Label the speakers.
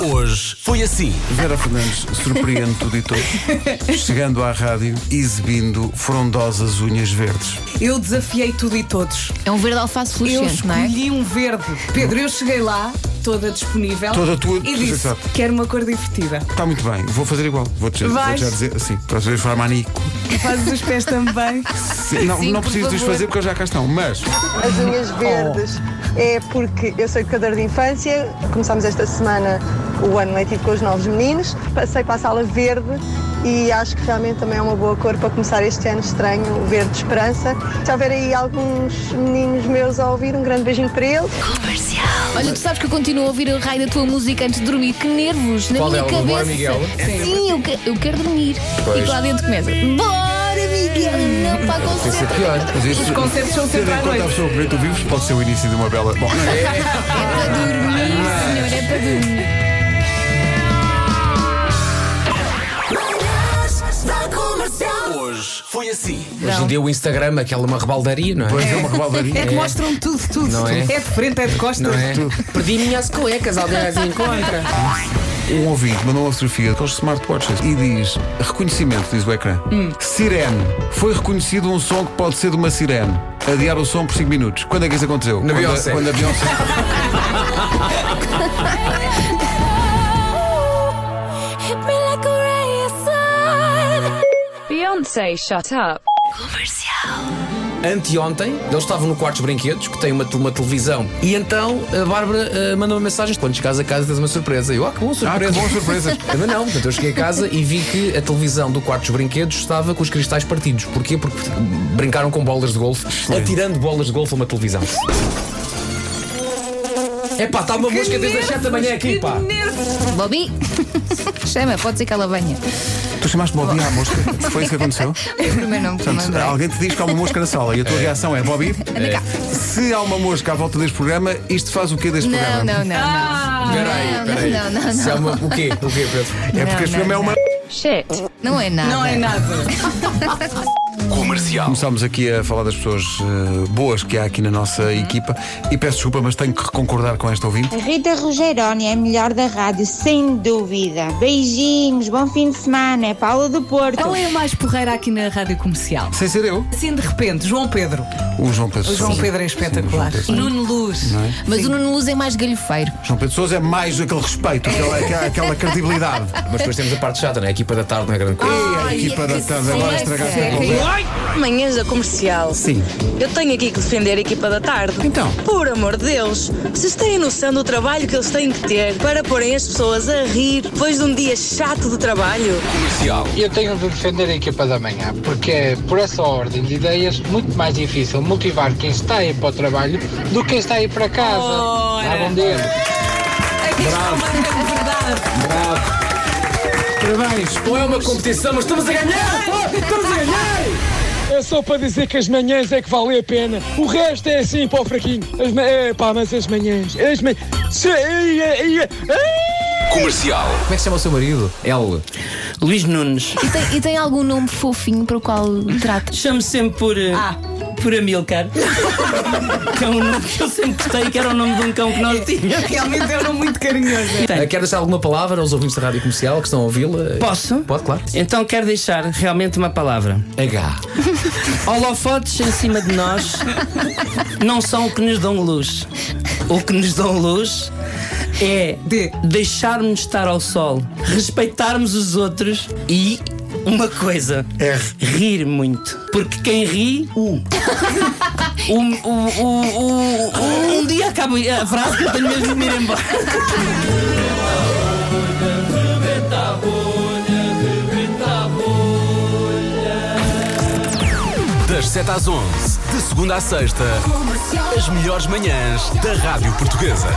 Speaker 1: Hoje foi assim.
Speaker 2: Vera Fernandes surpreende tudo e todos, chegando à rádio e exibindo frondosas unhas verdes.
Speaker 3: Eu desafiei tudo e todos.
Speaker 4: É um verde alface
Speaker 3: Eu
Speaker 4: fluorescente, não é?
Speaker 3: escolhi um verde. Pedro, eu cheguei lá, toda disponível.
Speaker 2: Toda tua-
Speaker 3: E disse:
Speaker 2: Exato.
Speaker 3: quero uma cor divertida.
Speaker 2: Está muito bem, vou fazer igual. Vou-te já,
Speaker 3: Vais?
Speaker 2: vou-te já dizer assim, para as vezes falar manico.
Speaker 3: Fazes os pés também.
Speaker 2: Sim, não,
Speaker 4: Sim,
Speaker 2: não
Speaker 4: por
Speaker 2: preciso de os
Speaker 4: favor.
Speaker 2: fazer porque eles já cá estão, mas.
Speaker 5: As unhas verdes é porque eu sou educadora de infância, começámos esta semana o ano letivo com os novos meninos, passei para a sala verde e acho que realmente também é uma boa cor para começar este ano estranho, o verde de esperança. Se houver aí alguns meninos meus a ouvir, um grande beijinho para eles.
Speaker 4: Olha, tu sabes que eu continuo a ouvir o raio da tua música antes de dormir. Que nervos! Na
Speaker 1: Qual
Speaker 4: minha
Speaker 1: é? O
Speaker 4: cabeça.
Speaker 1: Bora, Miguel?
Speaker 4: Sim, eu, que- eu quero dormir. E lá dentro começa. Bora, Miguel! Não, pá,
Speaker 1: Isso é
Speaker 4: concerto.
Speaker 1: pior. Mas isso-
Speaker 3: Os concertos são
Speaker 2: Tendo
Speaker 3: sempre
Speaker 2: em
Speaker 3: à
Speaker 2: conta a
Speaker 3: noite.
Speaker 2: pessoa que vê tu vives, pode ser o início de uma bela. Bom,
Speaker 4: É para dormir, senhor, é para dormir.
Speaker 1: Hoje foi assim. Hoje em dia o Instagram, aquela uma rebaldaria, não é?
Speaker 2: depois é uma rebaldaria.
Speaker 3: É que mostram tudo, tudo.
Speaker 1: Não é?
Speaker 3: de frente, é de costas.
Speaker 1: Não é? Perdi minhas cuecas, alguém as encontra.
Speaker 2: Um ouvinte mandou uma fotografia daqueles smartwatches e diz: reconhecimento, diz o ecrã. Sirene. Foi reconhecido um som que pode ser de uma sirene. Adiar o som por 5 minutos. Quando é que isso aconteceu?
Speaker 1: Na
Speaker 2: quando,
Speaker 1: Beyoncé.
Speaker 2: A, quando a Beyoncé.
Speaker 6: Beyonce, shut up.
Speaker 1: Anteontem, eles estavam no quarto dos brinquedos, que tem uma, uma televisão, e então a Bárbara eh, mandou uma mensagem: quando chegares a casa tens uma surpresa. E eu, ah, que bom,
Speaker 2: Ah, que
Speaker 1: surpresa.
Speaker 2: boa surpresa.
Speaker 1: Também não, portanto eu cheguei a casa e vi que a televisão do quarto dos brinquedos estava com os cristais partidos. Porquê? Porque brincaram com bolas de golfe, atirando bolas de golfe a uma televisão. Epá, está uma música desde as 7 da manhã aqui, pá.
Speaker 4: Bobby! Chama, pode ser que ela venha.
Speaker 2: tu chamaste Bobby à mosca? Foi isso que aconteceu?
Speaker 4: É o primeiro nome que eu mandei.
Speaker 2: Alguém te diz que há uma mosca na sala e a tua reação é: Bobby,
Speaker 4: Anda cá.
Speaker 2: se há uma mosca à volta deste programa, isto faz o quê deste programa?
Speaker 4: Não, não, não. não. Não, não, não, não.
Speaker 1: Ah! Se há é uma- O quê? O quê, Pedro?
Speaker 2: É porque
Speaker 4: Não,
Speaker 2: este programa é
Speaker 4: não,
Speaker 2: uma.
Speaker 6: Shit.
Speaker 4: Não é nada.
Speaker 3: Não é nada.
Speaker 1: Comercial.
Speaker 2: Começámos aqui a falar das pessoas eh, boas que há aqui na nossa equipa e peço desculpa, mas tenho que concordar com esta ouvinte.
Speaker 7: A Rita Rogeroni é a melhor da rádio, sem dúvida. Beijinhos, bom fim de semana. É Paula do Porto.
Speaker 3: Qual é a mais porreira aqui na rádio comercial?
Speaker 2: Sem ser eu,
Speaker 3: Assim de repente, João Pedro.
Speaker 2: o João Pedro
Speaker 3: O
Speaker 2: Sousa.
Speaker 3: João Pedro é espetacular.
Speaker 2: Sim, o João Pedro Sousa.
Speaker 3: Nuno Luz.
Speaker 4: Mas o Nuno Luz é mais galhofeiro.
Speaker 2: João Pedro Sousa é mais aquele respeito, aquela, aquela, aquela credibilidade.
Speaker 1: Mas depois temos a parte chata, não é? A equipa da tarde não é grande coisa.
Speaker 2: E a equipa da tarde agora estragaste a conversa.
Speaker 8: Manhãs da comercial.
Speaker 2: Sim.
Speaker 8: Eu tenho aqui que defender a equipa da tarde.
Speaker 2: Então?
Speaker 8: Por amor de Deus, vocês têm noção do trabalho que eles têm que ter para porem as pessoas a rir depois de um dia chato de trabalho?
Speaker 9: Eu tenho de defender a equipa da manhã, porque é por essa ordem de ideias muito mais difícil motivar quem está a ir para o trabalho do que quem está a ir para casa. Dá bom dia.
Speaker 3: Aqui está uma grande verdade.
Speaker 2: Parabéns.
Speaker 1: Não é uma competição, mas estamos a ganhar! pá! Estamos a ganhar!
Speaker 10: É só para dizer que as manhãs é que valem a pena. O resto é assim para o fraquinho. As ma... é, pá, mas as manhãs. As manhãs.
Speaker 1: Como é que se chama o seu marido? L.
Speaker 11: Luís Nunes.
Speaker 4: E tem, e tem algum nome fofinho para o qual trata?
Speaker 11: Chamo sempre por. eh, Por Amilcar. que é um nome que eu sempre gostei, que era o nome de um cão que nós tínhamos.
Speaker 3: Realmente eram muito carinhosos.
Speaker 1: Ah, Quer deixar alguma palavra aos ouvintes da rádio comercial que estão a ouvi-la?
Speaker 11: Posso?
Speaker 1: Pode, claro.
Speaker 11: Então quero deixar realmente uma palavra.
Speaker 1: H.
Speaker 11: Holofotes em cima de nós não são o que nos dão luz. O que nos dão luz é
Speaker 3: De.
Speaker 11: deixarmos estar ao sol, respeitarmos os outros e uma coisa, rir muito. Porque quem ri, o. O, o- o- o- o- um dia acaba a frase que eu tenho mesmo de me ir embora.
Speaker 12: Das 7 às 11, de segunda à sexta, as melhores manhãs da Rádio Portuguesa.